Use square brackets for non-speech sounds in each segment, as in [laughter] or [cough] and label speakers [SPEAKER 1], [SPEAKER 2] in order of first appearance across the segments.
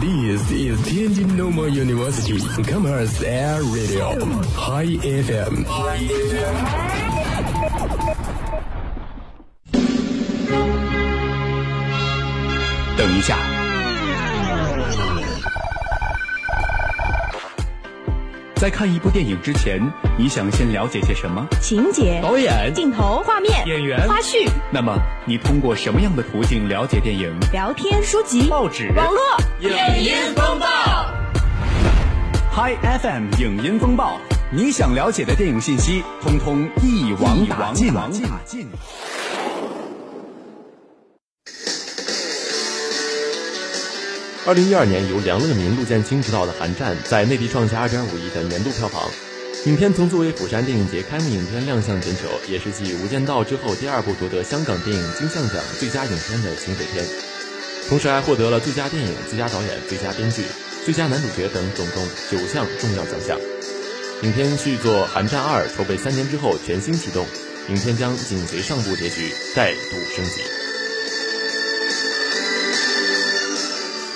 [SPEAKER 1] This is Tianjin Normal University Commerce Air Radio High FM。
[SPEAKER 2] 等一下，在看一部电影之前，你想先了解些什么？
[SPEAKER 3] 情节、
[SPEAKER 2] 导演、
[SPEAKER 3] 镜头、画面、
[SPEAKER 2] 演员
[SPEAKER 3] 花絮、
[SPEAKER 2] 那么你通过什么样的途径了解电影？
[SPEAKER 3] 聊天、书籍、
[SPEAKER 2] 报纸
[SPEAKER 3] 网络。
[SPEAKER 2] 影音风暴，Hi FM 影音风暴，你想了解的电影信息，通通一网打尽。
[SPEAKER 4] 二零一二年由梁乐民、陆建清执导的《寒战》在内地创下二点五亿的年度票房。影片曾作为釜山电影节开幕影片亮相全球，也是继《无间道》之后第二部夺得香港电影金像奖最佳影片的警匪片，同时还获得了最佳电影、最佳导演、最佳编剧、最佳男主角等总共九项重要奖项。影片续作《寒战二》筹备三年之后全新启动，影片将紧随上部结局，再度升级。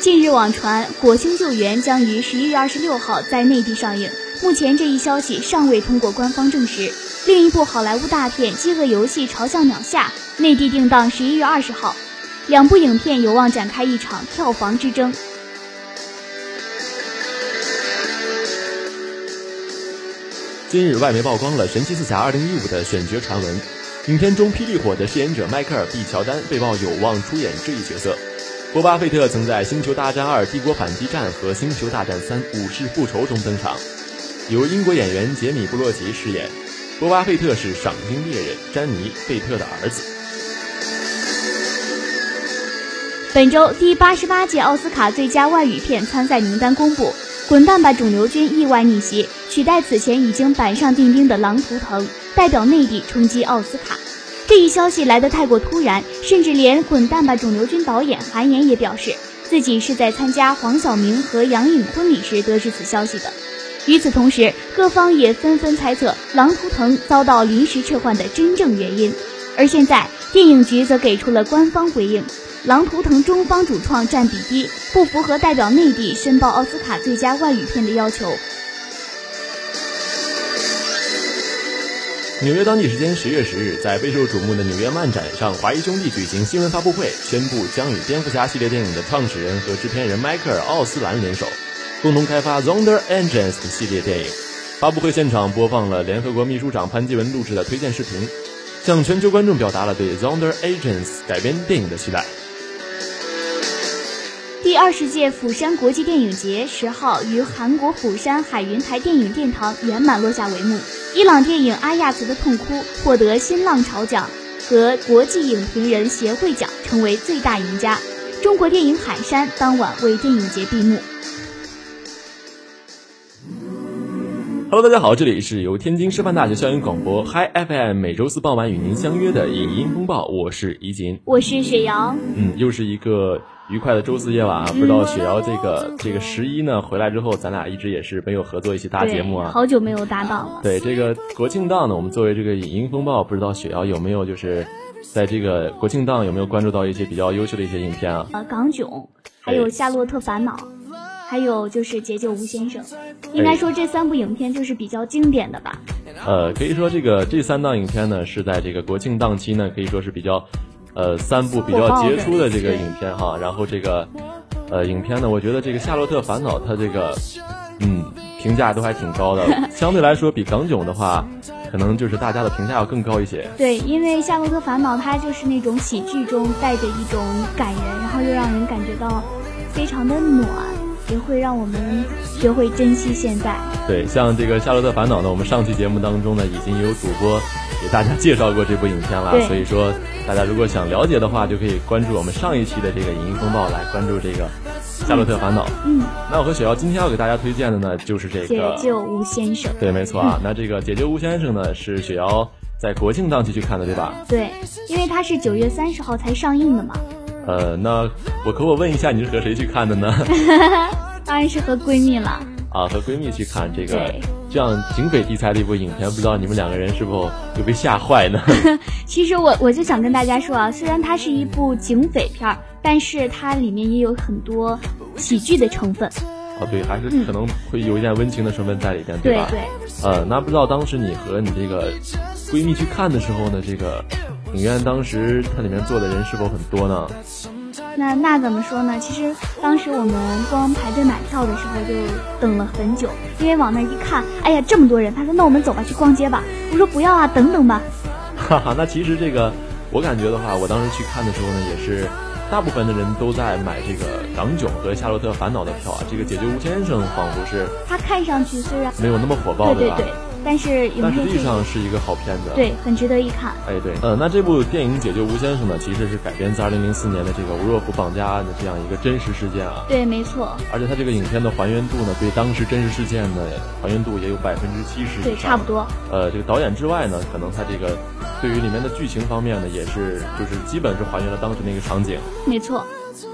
[SPEAKER 5] 近日网传《火星救援》将于十一月二十六号在内地上映，目前这一消息尚未通过官方证实。另一部好莱坞大片《饥饿游戏：朝向鸟下》内地定档十一月二十号，两部影片有望展开一场票房之争。
[SPEAKER 4] 近日，外媒曝光了《神奇四侠2015》的选角传闻。影片中，霹雳火的饰演者迈克尔 ·B· 乔丹被曝有望出演这一角色。波巴·费特曾在《星球大战2：帝国反击战》和《星球大战3：武士复仇》中登场，由英国演员杰米·布洛奇饰演。波巴·费特是赏金猎人詹妮·费特的儿子。
[SPEAKER 5] 本周第八十八届奥斯卡最佳外语片参赛名单公布，《滚蛋吧肿瘤君》意外逆袭，取代此前已经板上钉钉的《狼图腾》，代表内地冲击奥斯卡。这一消息来得太过突然，甚至连《滚蛋吧肿瘤君》导演韩延也表示，自己是在参加黄晓明和杨颖婚礼时得知此消息的。与此同时，各方也纷纷猜测《狼图腾》遭到临时撤换的真正原因。而现在，电影局则给出了官方回应：《狼图腾》中方主创占比低，不符合代表内地申报奥斯卡最佳外语片的要求。
[SPEAKER 4] 纽约当地时间十月十日，在备受瞩目的纽约漫展上，华谊兄弟举行新闻发布会，宣布将与蝙蝠侠系列电影的创始人和制片人迈克尔·奥斯兰联手，共同开发《Zonder Engines》系列电影。发布会现场播放了联合国秘书长潘基文录制的推荐视频，向全球观众表达了对《Zonder Engines》改编电影的期待。
[SPEAKER 5] 第二十届釜山国际电影节十号于韩国釜山海云台电影殿堂圆满落下帷幕。伊朗电影《阿亚茨的痛哭》获得新浪潮奖和国际影评人协会奖，成为最大赢家。中国电影《海山》当晚为电影节闭幕。
[SPEAKER 4] Hello，大家好，这里是由天津师范大学校园广播 Hi FM 每周四傍晚与您相约的影音风暴，我是怡锦。
[SPEAKER 5] 我是雪瑶，
[SPEAKER 4] 嗯，又是一个愉快的周四夜晚啊！不知道雪瑶这个这个十一呢回来之后，咱俩一直也是没有合作一起搭
[SPEAKER 5] 对，
[SPEAKER 4] 节目啊。
[SPEAKER 5] 好久没有搭档了。
[SPEAKER 4] 对这个国庆档呢，我们作为这个影音风暴，不知道雪瑶有没有就是在这个国庆档有没有关注到一些比较优秀的一些影片啊？
[SPEAKER 5] 呃，港囧，还有《夏洛特烦恼》，还有就是《解救吴先生》，应该说这三部影片就是比较经典的吧。
[SPEAKER 4] 呃，可以说这个这三档影片呢，是在这个国庆档期呢，可以说是比较，呃，三部比较杰出的这个影片哈。然后这个，呃，影片呢，我觉得这个《夏洛特烦恼》它这个，嗯，评价都还挺高的，相对来说比港囧的话，可能就是大家的评价要更高一些。
[SPEAKER 5] 对，因为《夏洛特烦恼》它就是那种喜剧中带着一种感人，然后又让人感觉到非常的暖，也会让我们学会珍惜现在。
[SPEAKER 4] 对，像这个《夏洛特烦恼》呢，我们上期节目当中呢，已经有主播给大家介绍过这部影片了，
[SPEAKER 5] 对
[SPEAKER 4] 所以说大家如果想了解的话，就可以关注我们上一期的这个影音风暴来关注这个《夏洛特烦恼》。
[SPEAKER 5] 嗯，
[SPEAKER 4] 那我和雪瑶今天要给大家推荐的呢，就是这
[SPEAKER 5] 解
[SPEAKER 4] 个，
[SPEAKER 5] 救吴先生。
[SPEAKER 4] 对，没错啊。那这个《解救吴先生》呢，是雪瑶在国庆档期去看的，对吧？
[SPEAKER 5] 对，因为它是九月三十号才上映的嘛，
[SPEAKER 4] 呃，那我可我问一下，你是和谁去看的
[SPEAKER 5] [laughs]
[SPEAKER 4] 呢？
[SPEAKER 5] 当然是和闺蜜了。
[SPEAKER 4] 啊，和闺蜜去看这个
[SPEAKER 5] 对
[SPEAKER 4] 这样警匪题材的一部影片，不知道你们两个人是否有被吓坏呢？
[SPEAKER 5] 其实我我就想跟大家说啊，虽然它是一部警匪片儿，但是它里面也有很多喜剧的成分。
[SPEAKER 4] 哦，对，还是可能会有一点温情的成分在里边，
[SPEAKER 5] 对
[SPEAKER 4] 吧？
[SPEAKER 5] 对。
[SPEAKER 4] 呃，那不知道当时你和你这个闺蜜去看的时候呢，这个影院当时它里面坐的人是否很多呢？ [laughs]
[SPEAKER 5] 那那怎么说呢？其实当时我们光排队买票的时候就等了很久，因为往那一看，哎呀，这么多人。他说：“那我们走吧，去逛街吧。”我说：“不要啊，等等吧。
[SPEAKER 4] 哈哈，那其实这个我感觉的话，我当时去看的时候呢，也是大部分的人都在买这个《港囧》和《夏洛特烦恼》的票啊。这个《解救吴先生》仿佛是”
[SPEAKER 5] 它看上去虽然
[SPEAKER 4] 没有那么火爆，
[SPEAKER 5] 对对
[SPEAKER 4] 吧？
[SPEAKER 5] 对，但是有
[SPEAKER 4] 但
[SPEAKER 5] 没
[SPEAKER 4] 实
[SPEAKER 5] 有
[SPEAKER 4] 际
[SPEAKER 5] 这个
[SPEAKER 4] 上是一个好片子。。啊
[SPEAKER 5] 对很值得一看。
[SPEAKER 4] 哎，对，呃，那这部电影《解救吴先生》呢，其实是改编自2004年的这个吴若甫绑架案的这样一个真实事件啊。
[SPEAKER 5] 对，没错，
[SPEAKER 4] 而且它这个影片的还原度呢，对当时真实事件的还原度也有百分之七十以上。
[SPEAKER 5] 对，差不。多。
[SPEAKER 4] 呃，这个导演之外呢，可能他这个对于里面的剧情方面呢，也是就是基本是还原了当时那个场景。
[SPEAKER 5] 没错，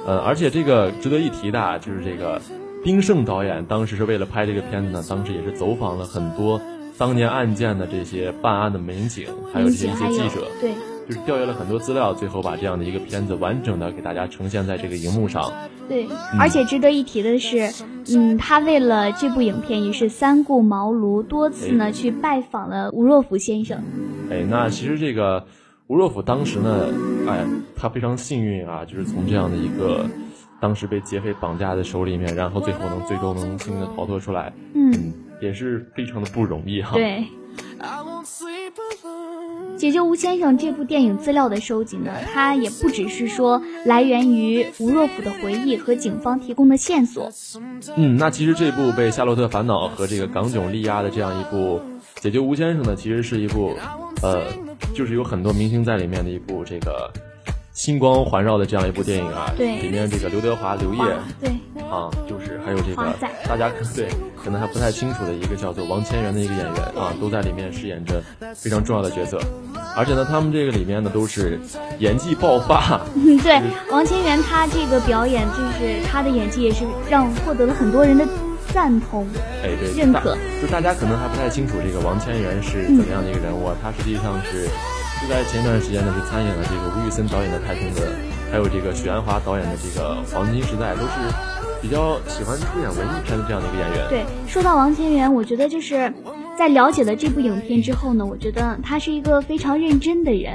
[SPEAKER 4] 呃，而且这个值得一提的，啊，就是这个丁晟导演当时是为了拍这个片子呢，当时也是走访了很多当年案件的这些办案的民警，还有
[SPEAKER 5] 民
[SPEAKER 4] 这些
[SPEAKER 5] 警
[SPEAKER 4] 一些
[SPEAKER 5] 还有
[SPEAKER 4] 记者，
[SPEAKER 5] 对，
[SPEAKER 4] 就是调阅了很多资料，最后把这样的一个片子完整的给大家呈现在这个荧幕上。
[SPEAKER 5] 对，而且值得一提的是，嗯，他为了这部影片也是三顾茅庐，多次呢去拜访了吴若甫先生。
[SPEAKER 4] 哎，那其实这个吴若甫当时呢，哎，他非常幸运啊，就是从这样的一个当时被劫匪绑架的手里面，然后最后能最终能幸运的逃脱出来，
[SPEAKER 5] 嗯，
[SPEAKER 4] 也是非常的不容易哈、，
[SPEAKER 5] 对。《解救吴先生》这部电影资料的收集呢，它也不只是说来源于吴若甫的回忆和警方提供的线索，
[SPEAKER 4] 嗯，那其实这部被《夏洛特烦恼》和这个《港囧》力压的这样一部《解救吴先生》呢，其实是一部，呃，就是有很多明星在里面的一部这个星光环绕的这样一部电影啊。
[SPEAKER 5] 对
[SPEAKER 4] 里面这个刘德华、刘烨
[SPEAKER 5] 对，
[SPEAKER 4] 啊，就是还有这
[SPEAKER 5] 华
[SPEAKER 4] 个
[SPEAKER 5] 仔
[SPEAKER 4] 大家可对可能还不太清楚的一个叫做王千源的一个演员啊，都在里面饰演着非常重要的角色。而且呢，他们这个里面呢都是演技爆发，
[SPEAKER 5] 嗯，对， [laughs] 王千源他这个表演就是他的演技也是让获得了很多人的赞同。
[SPEAKER 4] 哎，对，
[SPEAKER 5] 认
[SPEAKER 4] 大
[SPEAKER 5] 可。
[SPEAKER 4] 就大家可能还不太清楚这个王千源是怎么样的一个人物，啊，他实际上是就在前段时间呢是参演了这个吴宇森导演的《太平轮》，还有这个许鞍华导演的这个《黄金时代》，都是比较喜欢出演文艺片的这样的一个演员。
[SPEAKER 5] 对，说到王千源，我觉得就是在了解了这部影片之后呢，我觉得他是一个非常认真的人。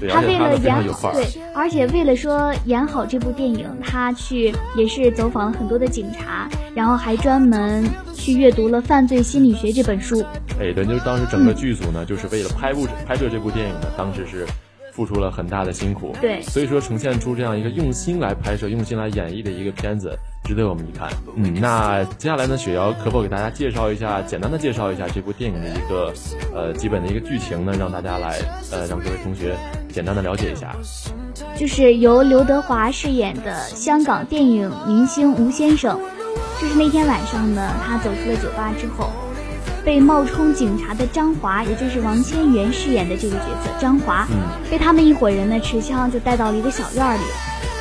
[SPEAKER 4] 对，
[SPEAKER 5] 他
[SPEAKER 4] 而且
[SPEAKER 5] 为
[SPEAKER 4] 他
[SPEAKER 5] 了
[SPEAKER 4] 呢非常
[SPEAKER 5] 演
[SPEAKER 4] 有
[SPEAKER 5] 好
[SPEAKER 4] 范儿。
[SPEAKER 5] 对，而且为了说演好这部电影，他去也是走访了很多的警察，然后还专门去阅读了《犯罪心理学》这本书。
[SPEAKER 4] 哎，对，就是当时整个剧组呢，就是为了拍部拍摄这部电影呢，当时是付出了很大的辛苦。
[SPEAKER 5] 对
[SPEAKER 4] 所以说呈现出这样一个用心来拍摄、用心来演绎的一个片子，值得我们一看。嗯，那接下来呢，雪瑶可否给大家介绍一下，简单的介绍一下这部电影的一个呃基本的一个剧情呢，让大家来呃让各位同学简单的了解一下。
[SPEAKER 5] 就是由刘德华饰演的香港电影明星吴先生，就是那天晚上呢，他走出了酒吧之后，被冒充警察的张华，也就是王千源饰演的这个角色张华，被他们一伙人呢持枪就带到了一个小院儿里。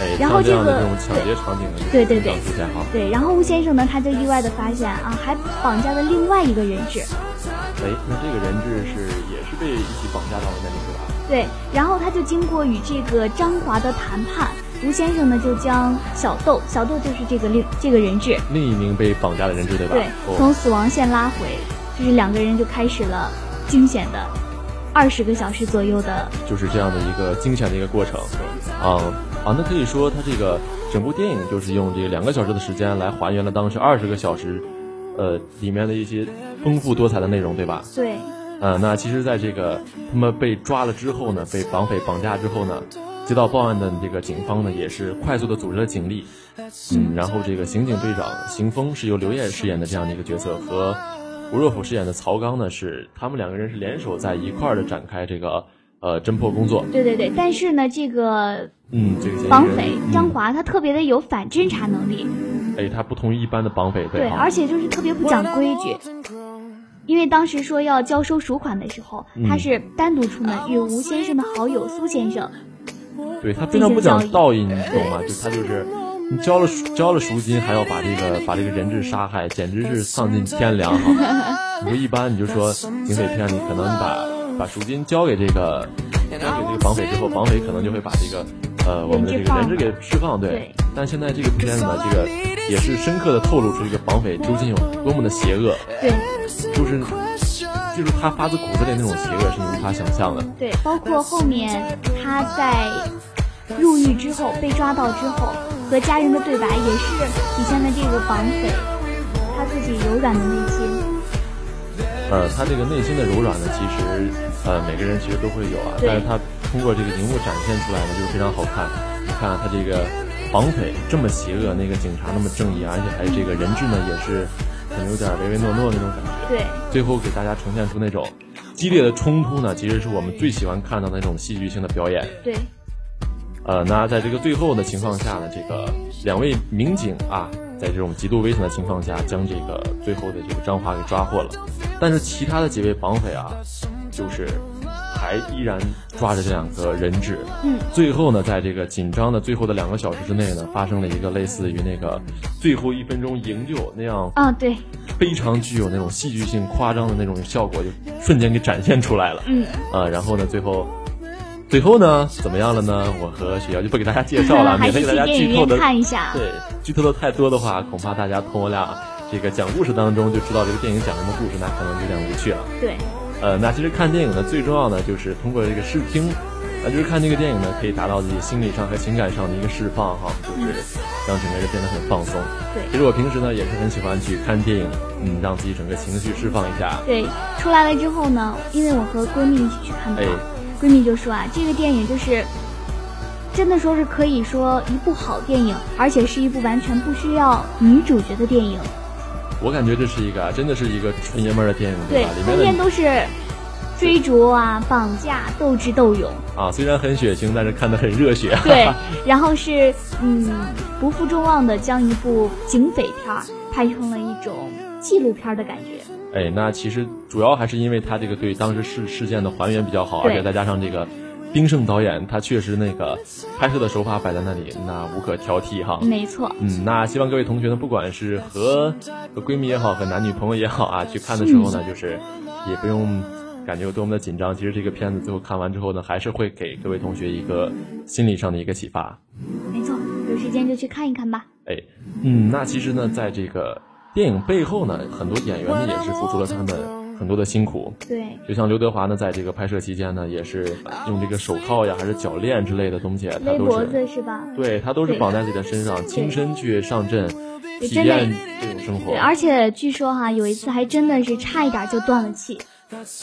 [SPEAKER 4] 哎，
[SPEAKER 5] 然后
[SPEAKER 4] 像这
[SPEAKER 5] 这
[SPEAKER 4] 样的
[SPEAKER 5] 个
[SPEAKER 4] 这种抢劫场景呢，就
[SPEAKER 5] 对对对
[SPEAKER 4] 经常出现哈。
[SPEAKER 5] 对，然后吴先生呢，他就意外的发现啊，还绑架了另外一个人质。
[SPEAKER 4] 哎，那这个人质是也是被一起绑架到了那里是吧？
[SPEAKER 5] 对，然后他就经过与这个张华的谈判，吴先生呢就将小豆，小豆就是这个另这个人质，
[SPEAKER 4] 另一名被绑架的人质对吧？
[SPEAKER 5] 对，
[SPEAKER 4] 哦
[SPEAKER 5] 从死亡线拉回，就是两个人就开始了惊险的二十个小时左右的，
[SPEAKER 4] 就是这样的一个惊险的一个过程。啊、啊，那可以说它这个整部电影就是用这个两个小时的时间来还原了当时二十个小时，呃里面的一些丰富多彩的内容，对吧？
[SPEAKER 5] 对，
[SPEAKER 4] 呃，那其实在这个他们被抓了之后呢，被绑匪绑架之后呢，接到报案的这个警方呢，也是快速的组织了警力，嗯，然后这个刑警队长邢峰是由刘烨饰演的这样的一个角色，和吴若甫饰演的曹刚呢，是他们两个人是联手在一块儿的展开这个呃侦破工作，
[SPEAKER 5] 对对对。但是呢，这个
[SPEAKER 4] 嗯，这个嫌疑人
[SPEAKER 5] 绑匪张
[SPEAKER 4] 嗯
[SPEAKER 5] 华他特别的有反侦查能力，
[SPEAKER 4] 哎，他不同于一般的绑匪，对
[SPEAKER 5] 对，
[SPEAKER 4] 啊吧
[SPEAKER 5] 而且就是特别不讲规矩。因为当时说要交收赎款的时候，他
[SPEAKER 4] 嗯
[SPEAKER 5] 是单独出门与吴先生的好友苏先生，
[SPEAKER 4] 对他非常不讲
[SPEAKER 5] 进行
[SPEAKER 4] 道义，你懂吗？就他就是，你交了赎交了赎金，还要把这个把这个人质杀害，简直是丧尽天良哈！你说一般，你就说警匪片，你可能把把赎金交给这个交给这个绑匪之后，绑匪可能就会把这个呃我们的这个人质给释放，对。
[SPEAKER 5] 对
[SPEAKER 4] 但现在这个片子呢，这个也是深刻的透露出这个绑匪究竟有多么的邪恶，
[SPEAKER 5] 对
[SPEAKER 4] 就是就是他发自骨子里那种邪恶是你无法想象的。
[SPEAKER 5] 对，呃包括后面他在入狱之后被抓到之后和家人的对白，也是体现了这个绑匪他自己柔软的内心。
[SPEAKER 4] 呃，他这个内心的柔软呢，其实呃每个人其实都会有啊，
[SPEAKER 5] 对
[SPEAKER 4] 但是他通过这个荧幕展现出来呢，就是非常好看。你看啊他这个绑匪这么邪恶，那个警察那么正义，而且还这个人质呢也是可能有点唯唯诺诺那种感觉。
[SPEAKER 5] 对，
[SPEAKER 4] 最后给大家呈现出那种激烈的冲突呢，其实是我们最喜欢看到的那种戏剧性的表演。
[SPEAKER 5] 对，
[SPEAKER 4] 呃，那在这个最后的情况下呢，这个两位民警啊，在这种极度危险的情况下，将这个最后的这个张华给抓获了。但是其他的几位绑匪啊，就是还依然抓着这两个人质。
[SPEAKER 5] 嗯。
[SPEAKER 4] 最后呢，在这个紧张的最后的两个小时之内呢，发生了一个类似于那个最后一分钟营救那样
[SPEAKER 5] 啊、对，
[SPEAKER 4] 非常具有那种戏剧性、夸张的那种效果，就瞬间给展现出来了。
[SPEAKER 5] 嗯，
[SPEAKER 4] 啊，然后呢，最后，最后呢，怎么样了呢？我和雪瑶就不给大家介绍
[SPEAKER 5] 嗯
[SPEAKER 4] 了，
[SPEAKER 5] 还
[SPEAKER 4] 免得
[SPEAKER 5] 是
[SPEAKER 4] 给
[SPEAKER 5] 去
[SPEAKER 4] 大家
[SPEAKER 5] 电影
[SPEAKER 4] 剧透
[SPEAKER 5] 院
[SPEAKER 4] 的。
[SPEAKER 5] 看一下。
[SPEAKER 4] 对，剧透的太多的话，恐怕大家从我俩这个讲故事当中就知道这个电影讲什么故事，那可能有点无趣了。
[SPEAKER 5] 对，
[SPEAKER 4] 呃，那其实看电影呢，最重要的就是通过这个视听，那就是看这个电影呢，可以达到自己心理上和情感上的一个释放哈，就是让整个人变得很放松。
[SPEAKER 5] 对
[SPEAKER 4] 其实我平时呢也是很喜欢去看电影，嗯，让自己整个情绪释放一下。
[SPEAKER 5] 对，出来了之后呢，因为我和闺蜜一起去
[SPEAKER 4] 哎
[SPEAKER 5] 看的嘛，闺蜜就说啊，这个电影就是。真的说是可以说一部好电影，而且是一部完全不需要女主角的电影。
[SPEAKER 4] 我感觉这是一个啊真的是一个纯爷们儿的电影，
[SPEAKER 5] 对
[SPEAKER 4] 吧？，里
[SPEAKER 5] 通
[SPEAKER 4] 面
[SPEAKER 5] 篇
[SPEAKER 4] 的
[SPEAKER 5] 都是追逐啊、绑架、斗智斗
[SPEAKER 4] [laughs]
[SPEAKER 5] 勇。
[SPEAKER 4] 啊，虽然很血腥，但是看得很热血。
[SPEAKER 5] 对，然后是嗯，不负众望的将一部警匪片儿拍成了一种纪录片儿的感觉。
[SPEAKER 4] 哎，那其实主要还是因为他这个对当时事事件的还原比较好，而
[SPEAKER 5] 对
[SPEAKER 4] 且再加上这个丁晟导演，他确实那个拍摄的手法摆在那里，那无可挑剔哈。
[SPEAKER 5] 没错，
[SPEAKER 4] 嗯，那希望各位同学呢，不管是和和闺蜜也好，和男女朋友也好啊，去看的时
[SPEAKER 5] 嗯
[SPEAKER 4] 候呢，就是也不用感觉有多么的紧张。其实这个片子最后看完之后呢，还是会给各位同学一个心理上的一个启发。
[SPEAKER 5] 没错，有时间就去看一看吧。
[SPEAKER 4] 哎，嗯，那其实呢，在这个电影背后呢，很多演员呢也是付出了他们很多的辛苦。
[SPEAKER 5] 对，
[SPEAKER 4] 就像刘德华呢，在这个拍摄期间呢，也是用这个手铐呀，还是脚链之类的东西，他
[SPEAKER 5] 勒
[SPEAKER 4] 都
[SPEAKER 5] 脖
[SPEAKER 4] 是
[SPEAKER 5] 子是吧？
[SPEAKER 4] 对他都是绑在自己的身上，亲身去上阵，
[SPEAKER 5] 对
[SPEAKER 4] 体
[SPEAKER 5] 真的
[SPEAKER 4] 验这种生活
[SPEAKER 5] 对，。而且据说哈、有一次还真的是差一点就断了气。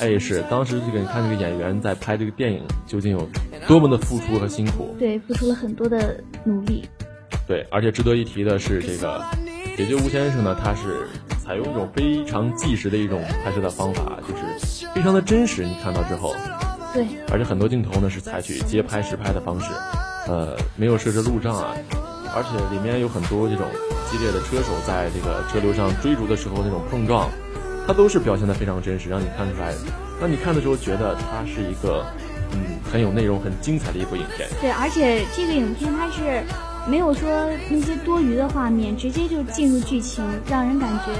[SPEAKER 4] 哎，是当时这个你看这个演员在拍这个电影究竟有多么的付出和辛苦。
[SPEAKER 5] 对，付出了很多的努力。
[SPEAKER 4] 对，而且值得一提的是，这个解决吴先生呢，他是采用一种非常纪实的一种拍摄的方法，就是非常的真实。你看到之后，
[SPEAKER 5] 对，
[SPEAKER 4] 而且很多镜头呢是采取街拍实拍的方式，呃，没有设置路障啊，而且里面有很多这种激烈的车手在这个车流上追逐的时候那种碰撞，它都是表现的非常真实，让你看出来。让你看的时候觉得它是一个，嗯，很有内容、很精彩的一部影片。
[SPEAKER 5] 对，而且这个影片它是没有说那些多余的画面，直接就进入剧情，让人感觉，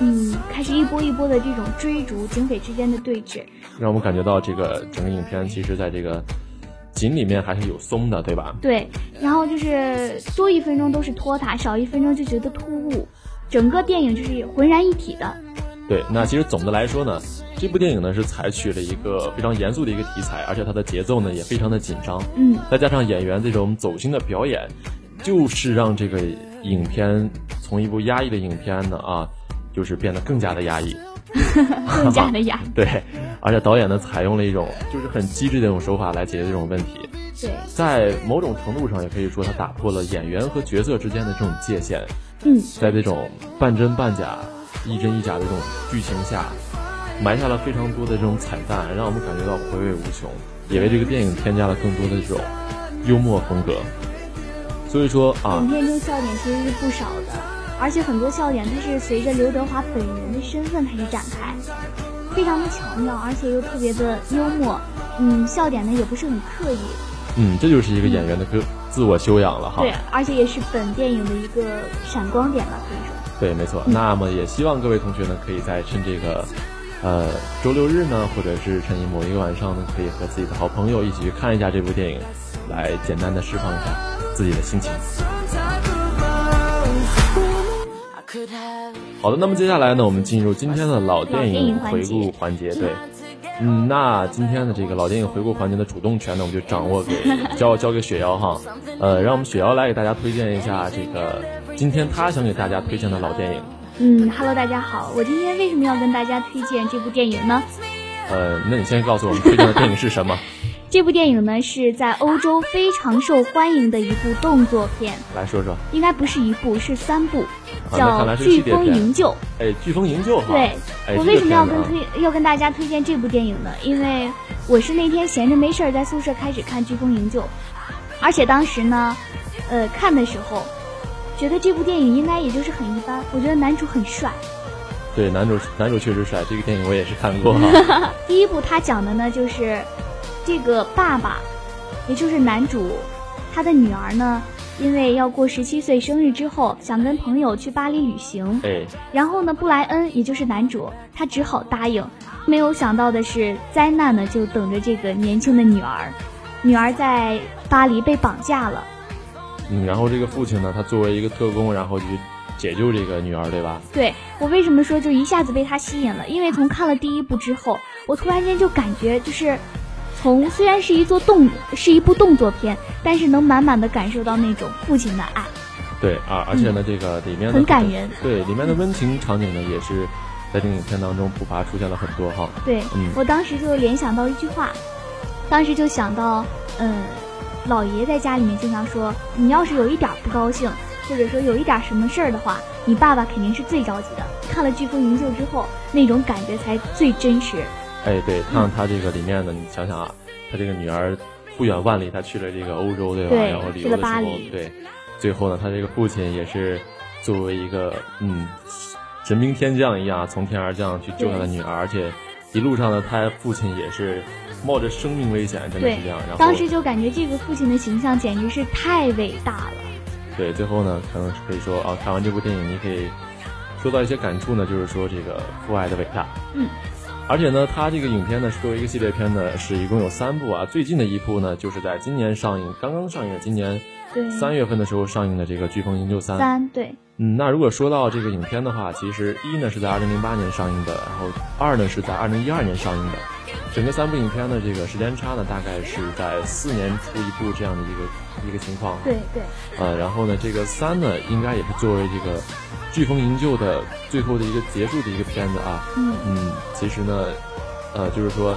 [SPEAKER 5] 嗯，开始一波一波的这种追逐，警匪之间的对峙。
[SPEAKER 4] 让我们感觉到这个整个影片其实在这个紧里面还是有松的，对吧？
[SPEAKER 5] 对，然后就是多一分钟都是拖沓，少一分钟就觉得突兀，整个电影就是浑然一体的。
[SPEAKER 4] 对，那其实总的来说呢，这部电影呢是采取了一个非常严肃的一个题材，而且它的节奏呢也非常的紧张，
[SPEAKER 5] 嗯，
[SPEAKER 4] 再加上演员这种走心的表演，就是让这个影片从一部压抑的影片呢啊，就是变得更加的压抑。
[SPEAKER 5] 更加的雅。
[SPEAKER 4] 对，而且导演呢采用了一种就是很机智的一种手法来解决这种问题，
[SPEAKER 5] 对，
[SPEAKER 4] 在某种程度上也可以说他打破了演员和角色之间的这种界限。
[SPEAKER 5] 嗯，
[SPEAKER 4] 在这种半真半假、一真一假的这种剧情下，埋下了非常多的这种彩蛋，让我们感觉到回味无穷，也为这个电影添加了更多的这种幽默风格。所以说啊
[SPEAKER 5] 影，片中笑点其实是不少的，而且很多笑点它是随着刘德华本人的身份开始展开，非常的巧妙，而且又特别的幽默。嗯，笑点呢也不是很刻意，
[SPEAKER 4] 嗯，这就是一个演员的个自我修养了哈。
[SPEAKER 5] 对，而且也是本电影的一个闪光点吧，可以说。
[SPEAKER 4] 对，没错。那么也希望各位同学呢，可以在趁这个，呃，周六日呢，或者是趁某一个晚上呢，可以和自己的好朋友一起去看一下这部电影。来简单的释放一下自己的心情。
[SPEAKER 5] 嗯
[SPEAKER 4] 好的，那么接下来呢，我们进入今天的老电影回顾环节。对，嗯，那今天的这个老电影回顾环节的主动权呢，我们就掌握
[SPEAKER 5] [laughs]
[SPEAKER 4] 给交交给雪瑶哈。呃，让我们雪瑶来给大家推荐一下这个今天她想给大家推荐的老电影。
[SPEAKER 5] 嗯哈喽，大家好，我今天为什么要跟大家推荐这部电影呢？
[SPEAKER 4] 呃，那你先告诉我们推荐的电影是什么？ [laughs]
[SPEAKER 5] 这部电影呢是在欧洲非常受欢迎的一部动作片，
[SPEAKER 4] 来说说。
[SPEAKER 5] 应该不是一部，是三部，
[SPEAKER 4] 啊那
[SPEAKER 5] 叫
[SPEAKER 4] 看来
[SPEAKER 5] 《
[SPEAKER 4] 是系
[SPEAKER 5] 飓
[SPEAKER 4] 列
[SPEAKER 5] 风
[SPEAKER 4] 片
[SPEAKER 5] 营救》。
[SPEAKER 4] 哎，《飓风营救》哈。
[SPEAKER 5] 对
[SPEAKER 4] 哎，
[SPEAKER 5] 我
[SPEAKER 4] 这
[SPEAKER 5] 为
[SPEAKER 4] 个
[SPEAKER 5] 什么要
[SPEAKER 4] 片
[SPEAKER 5] 跟
[SPEAKER 4] 子啊
[SPEAKER 5] 推要跟大家推荐这部电影呢？因为我是那天闲着没事儿在宿舍开始看《飓风营救》，而且当时呢，呃，看的时候觉得这部电影应该也就是很一般。我觉得男主很帅。
[SPEAKER 4] 对，男主男主确实帅，这个电影我也是看过
[SPEAKER 5] [laughs]
[SPEAKER 4] 哈。
[SPEAKER 5] 第一部他讲的呢就是这个爸爸，也就是男主，他的女儿呢，因为要过十七岁生日之后，想跟朋友去巴黎旅行，
[SPEAKER 4] 哎，
[SPEAKER 5] 然后呢，布莱恩也就是男主，他只好答应。没有想到的是，灾难呢就等着这个年轻的女儿。女儿在巴黎被绑架了，
[SPEAKER 4] 嗯，然后这个父亲呢，他作为一个特工，然后就解救这个女儿，对吧？
[SPEAKER 5] 对我为什么说就一下子被他吸引了？因为从看了第一部之后，我突然间就感觉就是从虽然是一座动是一部动作片，但是能满满的感受到那种父亲的爱。
[SPEAKER 4] 对啊，而且呢，这个里面呢
[SPEAKER 5] 嗯很感
[SPEAKER 4] 这个
[SPEAKER 5] 人
[SPEAKER 4] 对，里面的温情场景呢，也是在这个影片当中不乏出现了很多哈。
[SPEAKER 5] 对、
[SPEAKER 4] 嗯
[SPEAKER 5] 我当时就联想到一句话，当时就想到，嗯，老爷在家里面经常说，你要是有一点儿不高兴，或者说有一点儿什么事儿的话，你爸爸肯定是最着急的。看了《飓风营救》之后，那种感觉才最真实。
[SPEAKER 4] 哎，对，看
[SPEAKER 5] 嗯
[SPEAKER 4] 他这个里面呢，你想想啊，他这个女儿不远万里，他去了这个欧洲，对吧？
[SPEAKER 5] 对
[SPEAKER 4] 然后旅
[SPEAKER 5] 去了
[SPEAKER 4] 游的时
[SPEAKER 5] 巴
[SPEAKER 4] 候
[SPEAKER 5] 黎，
[SPEAKER 4] 对，最后呢，他这个父亲也是作为一个嗯神兵天将一样，啊从天而降去救他的女儿，而且一路上呢，他父亲也是冒着生命危险，真的
[SPEAKER 5] 对
[SPEAKER 4] 是这样。然，后
[SPEAKER 5] 当时就感觉这个父亲的形象简直是太伟大了。
[SPEAKER 4] 对，最后呢，可能是可以说啊，看完这部电影，你可以说到一些感触呢，就是说这个父爱的伟大。
[SPEAKER 5] 嗯。
[SPEAKER 4] 而且呢，它这个影片呢是作为一个系列片呢，是一共有三部啊。最近的一部呢，就是在今年上映，刚刚上映，今年
[SPEAKER 5] 对
[SPEAKER 4] 三月份的时候上映的这个《飓风营救三》。
[SPEAKER 5] 三对，
[SPEAKER 4] 嗯，那如果说到这个影片的话，其实一呢是在二零零八年上映的，然后二呢是在二零一二年上映的，整个三部影片的这个时间差呢，大概是在四年出一部这样的一个一个情况。
[SPEAKER 5] 对对
[SPEAKER 4] 呃，然后呢，这个三呢，应该也是作为这个飓风营救的最后的一个结束的一个片子啊。
[SPEAKER 5] 嗯
[SPEAKER 4] 其实呢，呃，就是说，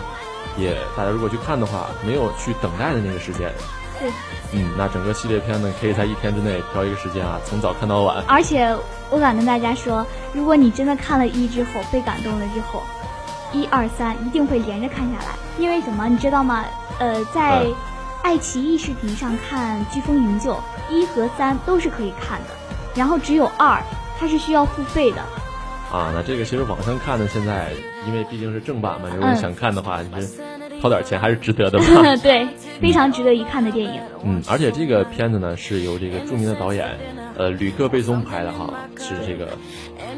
[SPEAKER 4] 也大家如果去看的话，没有去等待的那个时间。
[SPEAKER 5] 对，
[SPEAKER 4] 嗯，那整个系列片呢，可以在一天之内挑一个时间啊，从早看到晚。
[SPEAKER 5] 而且我敢跟大家说，如果你真的看了一之后被感动了之后，一二三一定会连着看下来，因为什么你知道吗？呃，在
[SPEAKER 4] 嗯
[SPEAKER 5] 爱奇艺视频上看《飓风营救》，一和三都是可以看的，然后只有二它是需要付费
[SPEAKER 4] [laughs]
[SPEAKER 5] 的。
[SPEAKER 4] 啊，那这个其实网上看呢，现在因为毕竟是正版嘛，如果
[SPEAKER 5] 嗯
[SPEAKER 4] 你想看的话，就是掏点钱还是值得
[SPEAKER 5] [laughs]
[SPEAKER 4] 的嘛。
[SPEAKER 5] 对，非常值得一看的电影。
[SPEAKER 4] 嗯，而且这个片子呢是由这个著名的导演，呃，吕克·贝松拍的哈，是这个，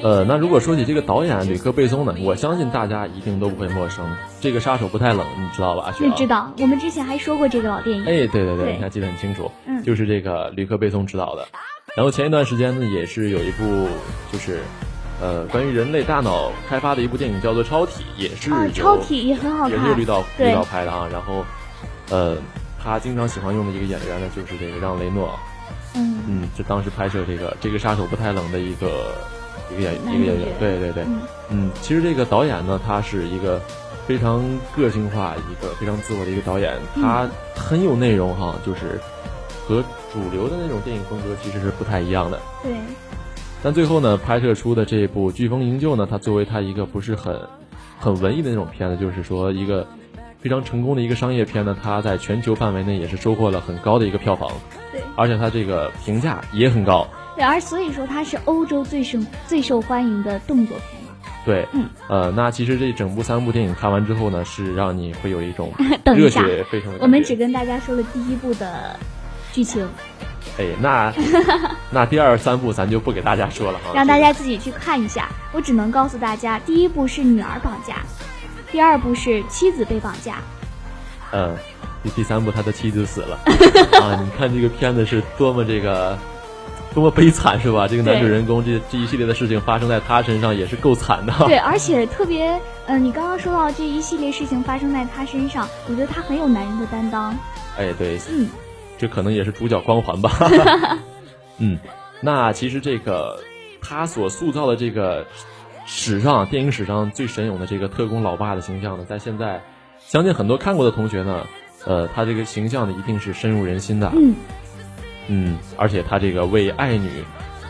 [SPEAKER 4] 呃，那如果说起这个导演吕克·贝松呢，我相信大家一定都不会陌生，这个杀手不太冷，你知道吧？雪
[SPEAKER 5] 你
[SPEAKER 4] 瑶
[SPEAKER 5] 嗯知。道，我们之前还说过这个老电影。
[SPEAKER 4] 哎，对对对，
[SPEAKER 5] 对
[SPEAKER 4] 你还记得很清楚，
[SPEAKER 5] 嗯
[SPEAKER 4] 就是这个吕克·贝松执导的。然后前一段时间呢，也是有一部就是，呃，关于人类大脑开发的一部电影叫做《超体》，也是
[SPEAKER 5] 哦
[SPEAKER 4] 由
[SPEAKER 5] 超体也很好
[SPEAKER 4] 也是
[SPEAKER 5] 看
[SPEAKER 4] 由绿岛
[SPEAKER 5] 对
[SPEAKER 4] 绿岛拍的啊。然后，呃，他经常喜欢用的一个演员呢，就是这个让雷诺，
[SPEAKER 5] 嗯，
[SPEAKER 4] 嗯，就当时拍摄这个这个杀手不太冷的一个一个演
[SPEAKER 5] 男
[SPEAKER 4] 一
[SPEAKER 5] 主
[SPEAKER 4] 个演
[SPEAKER 5] 角
[SPEAKER 4] 员，对对对，
[SPEAKER 5] 嗯
[SPEAKER 4] 嗯，其实这个导演呢，他是一个非常个性化、一个非常自我的一个导演，他很有内容哈，就是和主流的那种电影风格其实是不太一样的。
[SPEAKER 5] 对，
[SPEAKER 4] 但最后呢，拍摄出的这部《飓风营救》呢，它作为它一个不是很很文艺的那种片子，就是说一个非常成功的一个商业片呢，它在全球范围内也是收获了很高的一个票房，
[SPEAKER 5] 对
[SPEAKER 4] 而且它这个评价也很高。
[SPEAKER 5] 对，而所以说它是欧洲最受最受欢迎的动作片嘛。
[SPEAKER 4] 对，
[SPEAKER 5] 嗯，
[SPEAKER 4] 呃，那其实这整部三部电影看完之后呢，是让你会有一种
[SPEAKER 5] [laughs] 等一
[SPEAKER 4] 热
[SPEAKER 5] 下
[SPEAKER 4] 血沸腾的感觉。
[SPEAKER 5] 我们只跟大家说了第一部的剧情，
[SPEAKER 4] 哎，那那第二三部咱就不给大家说了
[SPEAKER 5] [laughs]
[SPEAKER 4] 啊哈，
[SPEAKER 5] 让大家自己去看一下。我只能告诉大家，第一部是女儿绑架，第二部是妻子被绑架。
[SPEAKER 4] 嗯。第第三部他的妻子
[SPEAKER 5] [laughs]
[SPEAKER 4] 死了啊！你看这个片子是多么这个多么悲惨是吧？这个男主
[SPEAKER 5] 对
[SPEAKER 4] 人公这这一系列的事情发生在他身上也是够惨的。
[SPEAKER 5] 对，而且特别，嗯、你刚刚说到这一系列事情发生在他身上，我觉得他很有男人的担当。
[SPEAKER 4] [laughs] 哎，对，
[SPEAKER 5] 嗯，
[SPEAKER 4] 这可能也是主角
[SPEAKER 5] [laughs]
[SPEAKER 4] 光环吧。嗯，那其实这个他所塑造的这个史上电影史上最神勇的这个特工老爸的形象呢，在现在相信很多看过的同学呢，呃，他这个形象呢一定是深入人心的。
[SPEAKER 5] 嗯，
[SPEAKER 4] 嗯，而且他这个为爱女，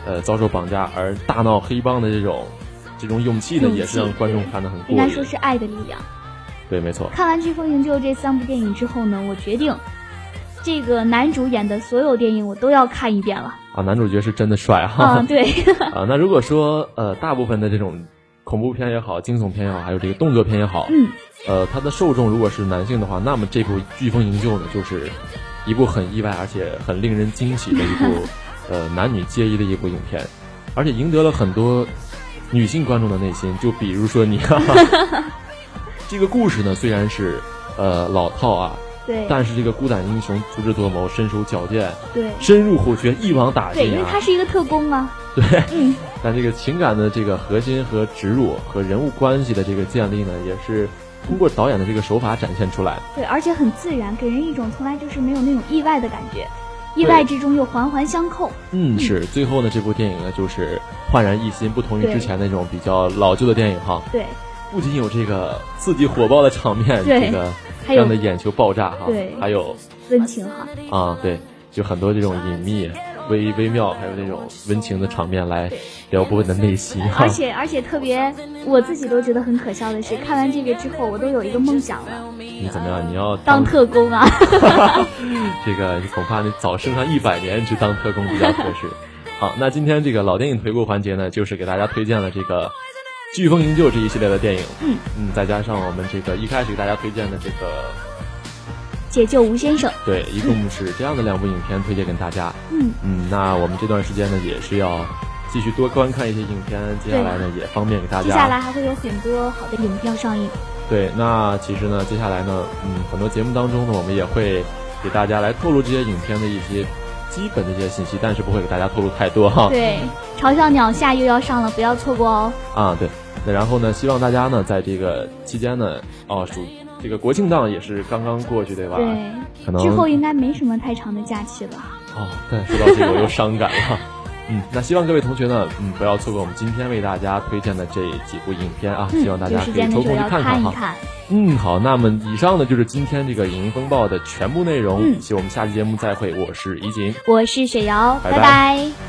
[SPEAKER 4] 呃，遭受绑架而大闹黑帮的这种这种勇气呢，
[SPEAKER 5] 勇气
[SPEAKER 4] 也是让观众看得很
[SPEAKER 5] 应
[SPEAKER 4] 过
[SPEAKER 5] 该
[SPEAKER 4] 瘾
[SPEAKER 5] 说。是爱的力量。
[SPEAKER 4] 对，没错。
[SPEAKER 5] 看完《飓风营救》这三部电影之后呢，我决定，这个男主演的所有电影我都要看一遍了。
[SPEAKER 4] [laughs] 啊，男主角是真的帅哈、
[SPEAKER 5] 啊，对， [laughs]
[SPEAKER 4] [laughs] 啊，那如果说呃，大部分的这种恐怖片也好，惊悚片也好，还有这个动作片也好，
[SPEAKER 5] 嗯，
[SPEAKER 4] 呃，它的受众如果是男性的话，那么这部《飓风营救》呢，就是一部很意外而且很令人惊喜
[SPEAKER 5] [laughs]
[SPEAKER 4] 的一部呃男女皆宜的一部影片，而且赢得了很多女性观众的内心，就比如说你、
[SPEAKER 5] [laughs]
[SPEAKER 4] 哈哈这个故事呢，虽然是呃老套啊，
[SPEAKER 5] 对，
[SPEAKER 4] 但是这个孤胆英雄足智多谋，身手矫健，
[SPEAKER 5] 对，
[SPEAKER 4] 深入虎穴，一网打尽啊。
[SPEAKER 5] 对，因为他是一个特工啊。
[SPEAKER 4] 对，
[SPEAKER 5] 嗯
[SPEAKER 4] 但这个情感的这个核心和植入和人物关系的这个建立呢，也是通过导演的这个手法展现出来的。
[SPEAKER 5] 对，而且很自然，给人一种从来就是没有那种意外的感觉，意外之中又环环相扣。
[SPEAKER 4] 嗯，是。最后呢，这部电影呢，就是焕然一新，不同于
[SPEAKER 5] 对
[SPEAKER 4] 之前那种比较老旧的电影哈。
[SPEAKER 5] 对，
[SPEAKER 4] 不仅有这个刺激火爆的场面，
[SPEAKER 5] 对
[SPEAKER 4] 这个
[SPEAKER 5] 还有
[SPEAKER 4] 让的眼球爆炸哈，
[SPEAKER 5] 对
[SPEAKER 4] 还有
[SPEAKER 5] 温情哈。
[SPEAKER 4] 啊，对，就很多这种隐秘、微微妙，还有这种温情的场面来撩拨你的内心哈。
[SPEAKER 5] 而且而且特别，我自己都觉得很可笑的是，看完这个之后，我都有一个梦想了，
[SPEAKER 4] 你怎么样？你要
[SPEAKER 5] 当特工啊。 [laughs]
[SPEAKER 4] [laughs] 这个恐怕你早升上一百年去当特工比较合
[SPEAKER 5] [laughs]
[SPEAKER 4] 适。好，那今天这个老电影回顾环节呢，就是给大家推荐了这个《飓风营救》这一系列的电影，嗯再加上我们这个一开始给大家推荐的这个，
[SPEAKER 5] 解救吴先生，
[SPEAKER 4] 对，一共是这样的两部影片推荐给大家。
[SPEAKER 5] 嗯
[SPEAKER 4] 嗯，那我们这段时间呢，也是要继续多观看一些影片，接下来呢也方便给大
[SPEAKER 5] 接
[SPEAKER 4] 家。
[SPEAKER 5] 下来还会有很多好的影片要上映。
[SPEAKER 4] 对，那其实呢，接下来呢，嗯，很多节目当中呢，我们也会给大家来透露这些影片的一些基本的一些信息，但是不会给大家透露太多哈。
[SPEAKER 5] 对，《嘲笑鸟下》又要上了，不要错过哦。
[SPEAKER 4] 啊，对。那然后呢，希望大家呢，在这个期间呢，哦，暑这个国庆档也是刚刚过去，对吧？
[SPEAKER 5] 对，
[SPEAKER 4] 可能
[SPEAKER 5] 之后应该没什么太长的假期了。
[SPEAKER 4] 哦，但说到这个我又伤
[SPEAKER 5] [laughs]
[SPEAKER 4] 感了。嗯，那希望各位同学呢，嗯，不要错过我们今天为大家推荐的这几部影片啊，
[SPEAKER 5] 嗯，
[SPEAKER 4] 希望大
[SPEAKER 5] 有
[SPEAKER 4] 家
[SPEAKER 5] 时
[SPEAKER 4] 可以
[SPEAKER 5] 间的
[SPEAKER 4] 抽
[SPEAKER 5] 时候
[SPEAKER 4] 空去
[SPEAKER 5] 要看
[SPEAKER 4] 看
[SPEAKER 5] 一
[SPEAKER 4] 哈。
[SPEAKER 5] 看。
[SPEAKER 4] 嗯，好，那么以上呢就是今天这个《影音风暴》的全部内容，
[SPEAKER 5] 嗯
[SPEAKER 4] 希望我们下期节目再会。我是怡锦。
[SPEAKER 5] 我是雪瑶，
[SPEAKER 4] 拜
[SPEAKER 5] 拜
[SPEAKER 4] 拜
[SPEAKER 5] 拜